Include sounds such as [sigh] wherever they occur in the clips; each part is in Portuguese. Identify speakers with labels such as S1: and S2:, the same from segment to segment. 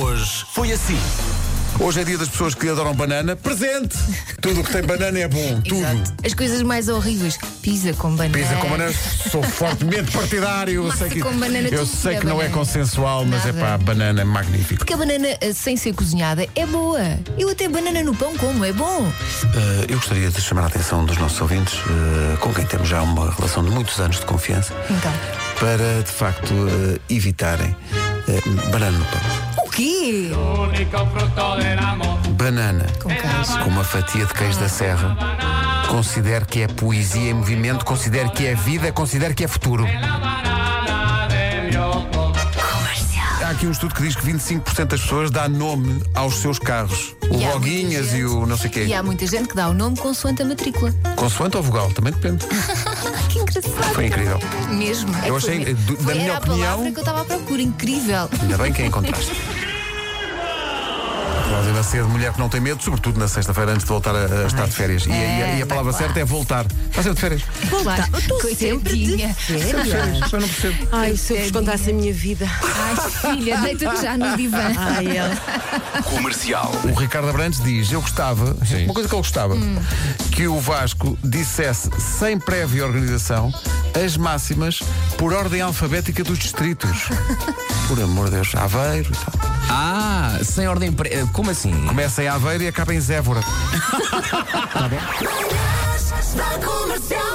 S1: Hoje foi assim. Hoje é dia das pessoas que adoram banana. Presente! Tudo o que tem banana é bom. Tudo.
S2: Exato. As coisas mais horríveis. Pizza com banana.
S1: Pizza com banana, sou fortemente partidário. Eu
S2: É. Massa
S1: sei que,
S2: com banana,
S1: eu
S2: tudo
S1: sei
S2: é
S1: que não é
S2: banana.
S1: consensual, mas é
S2: Nada.
S1: pá, banana é magnífico.
S2: Porque a banana eh, sem ser cozinhada é boa. Eu até banana no pão como, é bom.
S3: Eh, eu gostaria de chamar a atenção dos nossos ouvintes, eh, com quem temos já uma relação de muitos anos de confiança,
S2: Então.
S3: para de facto eh, evitarem eh, banana no pão.
S2: O quê?
S4: único fruto del amor.
S3: Banana
S2: Com
S1: É
S2: queijo.
S3: com uma fatia de queijo da serra. Considero que é poesia em movimento, considero que é vida, considero que é futuro.
S1: Há aqui um estudo que diz que 25% das pessoas dá nome aos seus carros. O
S2: E há muita
S1: Boguinhas
S2: gente-
S1: e o não sei quê.
S2: E há muita gente que dá o nome consoante a matrícula.
S1: Consoante ou vogal, também depende.
S2: Que engraçado.
S3: Foi incrível.
S2: Mesmo. É
S1: Eu
S2: que foi
S1: achei,
S2: me-
S1: eh, do-
S2: foi,
S1: da minha
S2: era
S1: opinião-
S2: a palavra que eu estava à procura. Incrível.
S3: Ainda bem que a encontraste.
S1: Cláudia Macedo, mulher que não tem medo, sobretudo na sexta-feira antes de voltar a, a estar de férias. E, a- e a- e a
S2: É, tá
S1: palavra
S2: claro.
S1: certa é voltar. Está sempre de férias.
S2: Claro. Coitadinha.
S1: Só não percebo.
S5: Ai, se eu vos contasse a minha vida.
S2: Ai, filha, deita-te já
S1: [laughs]
S2: no divã.
S5: Ai, ela.
S1: O Ricardo Abrantes diz: Eu gostava, uma coisa que ele gostava, que o Vasco dissesse, sem prévia organização, as máximas por ordem alfabética dos distritos.
S3: [laughs] Por amor de Deus, Aveiro e tal.
S6: Ah, sem ordem. Pre... eh, Como assim?
S1: Começa em Aveiro e acaba em Zévora.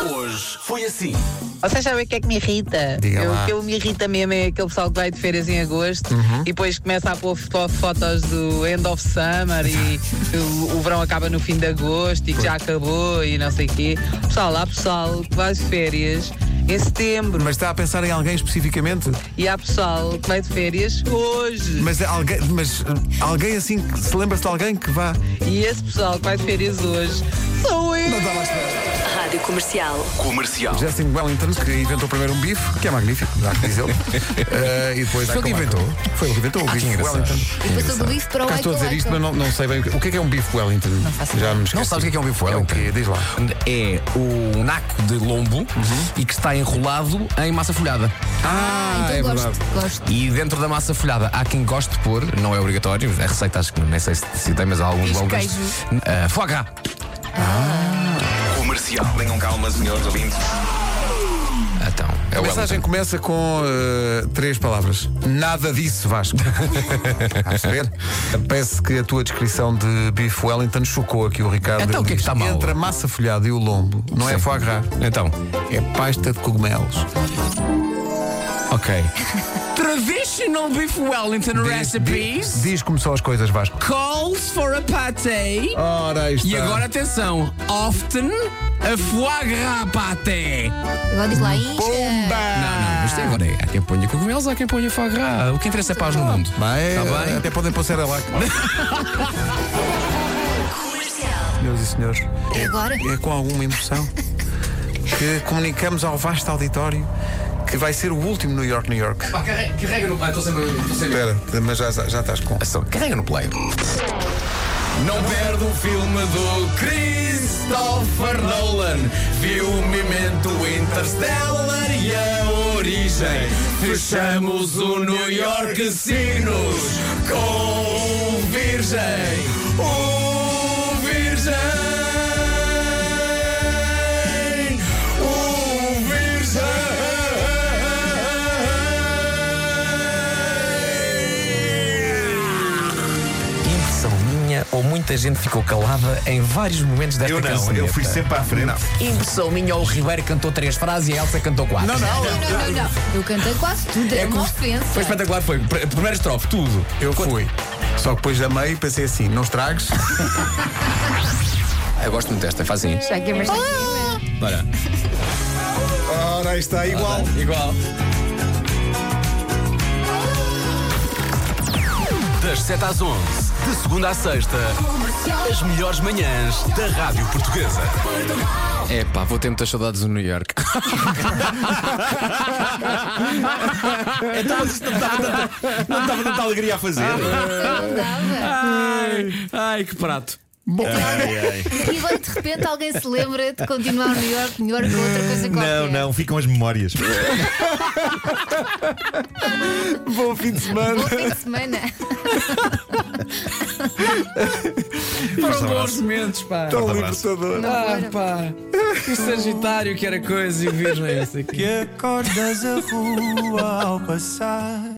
S3: Hoje foi assim.
S7: Vocês sabem o que é que me irrita?
S1: Diga
S7: eu,
S1: lá. Uhum.
S7: o que eu me irrita mesmo é aquele pessoal que vai de férias em agosto e depois começa a pôr fo- fotos do end of summer e
S1: [laughs]
S7: o, o verão acaba no fim de agosto e que já acabou e não sei o quê. Pessoal, há pessoal que vai de férias em setembro
S1: Mas está a pensar em alguém especificamente?
S7: e há pessoal que vai de férias hoje.
S1: Mas alguém, mas, eh, alguém assim, que se lembra-se de alguém que vá.
S7: E esse pessoal que vai de férias hoje sou eu.
S8: Rádio Comercial.
S1: Justin Wellington, que inventou primeiro um bife, que é magnífico, dá
S3: [laughs]
S1: que dizer. Eh, e depois
S6: Foi o que inventou?
S1: Foi o que inventou
S3: Ah,
S1: o bife
S6: engraçado.
S1: Wellington.
S2: Passou do bife para o
S1: Cá estou a dizer
S2: Eichel,
S1: isto, mas não, não sei bem o que, o que é que é um bife Wellington.
S2: faço
S1: Já me
S6: é Não sabes o que é que é um bife Wellington?
S1: É o quê? Diz lá.
S6: É o naco de lombo
S9: Uhum.
S6: e que está enrolado em massa folhada.
S1: Ah,
S6: é
S2: Então gosto, gosto.
S6: E dentro da massa folhada há quem goste de pôr, não é obrigatório, a receita acho que nem sei se citei, mas há alguns
S2: Diz
S6: longas.
S2: queijo.
S6: Ah, foie gras.
S9: Ah. Comercial. Tenham calma, senhores ouvintes.
S6: Então, é
S1: A
S6: o
S1: mensagem
S6: Wellington.
S1: começa com eh, três palavras. Nada disso,
S6: [laughs]
S1: Vasco. a perceber? Parece que a tua descrição de bife Wellington chocou aqui o Ricardo.
S6: Então, o que é
S1: Ele diz,
S6: que está mal?
S1: Entre a massa folhada e o lombo, não é
S6: Sim.
S1: foie gras,
S6: Então,
S1: é pasta de cogumelos.
S6: ok. [laughs] Traditional beef Wellington
S1: Diz, diz, diz como são as coisas, Vasco.
S6: calls for a pâté.
S1: Ora, aí está.
S6: E agora atenção, often a foie gras pâté.
S2: Agora diz lá, incha.
S6: Não, não, isto é agora é. Há quem ponha cogumelos, há quem ponha foie gras. O que interessa é paz no mundo.
S1: Bem,
S6: Está
S3: eh,
S6: bem?
S1: Até podem pôr a lá.
S3: Senhoras e senhores,
S2: E agora?
S3: é com alguma emoção que comunicamos ao vasto auditório que vai ser o último New York, New York.
S6: Carrega no play, estou sempre.
S3: Espera, mas já, já estás com.
S6: Carrega no play. Não perde o filme do Christopher Nolan. Viu o Memento Interstellar e a Origem. Fechamos o New York Sinos com o Virgem. O Virgem. O Virgem. Impressão minha ou muita gente ficou calada em vários momentos desta canção.
S9: sempre à frente.
S6: Impressão minha, o Ribeiro cantou três frases e a Elsa cantou quatro. Não, não.
S2: Não, não, não, não. Eu cantei quase tudo, é uma ofensa.
S6: Foi espetacular, foi. Pr- Primeira estrofe, tudo.
S1: Eu fui. Só que depois da meio pensei assim, não estragues.
S6: Eu gosto muito desta, faz assim. Bora.
S1: Ora, aí está igual.
S6: Igual.
S10: Das 7 às 11, de segunda à sexta, as melhores manhãs da Rádio Portuguesa.
S6: É pá, vou ter muitas saudades do New [laughs] York.
S9: Não estava tanta alegria a fazer.
S6: Ai, ai, que prato.
S2: E agora de repente alguém se lembra de continuar no New York, New York ou outra coisa qualquer.
S9: Não, não, ficam as memórias.
S1: Bom fim de semana.
S2: Bom fim de semana.
S6: Foram bons momentos, pá.
S11: Tão
S12: abraço.
S11: libertador.
S6: Ah, pá. O Sagitário que era coisa e o Virgem é essa aqui.
S9: Acordas a rua ao passar.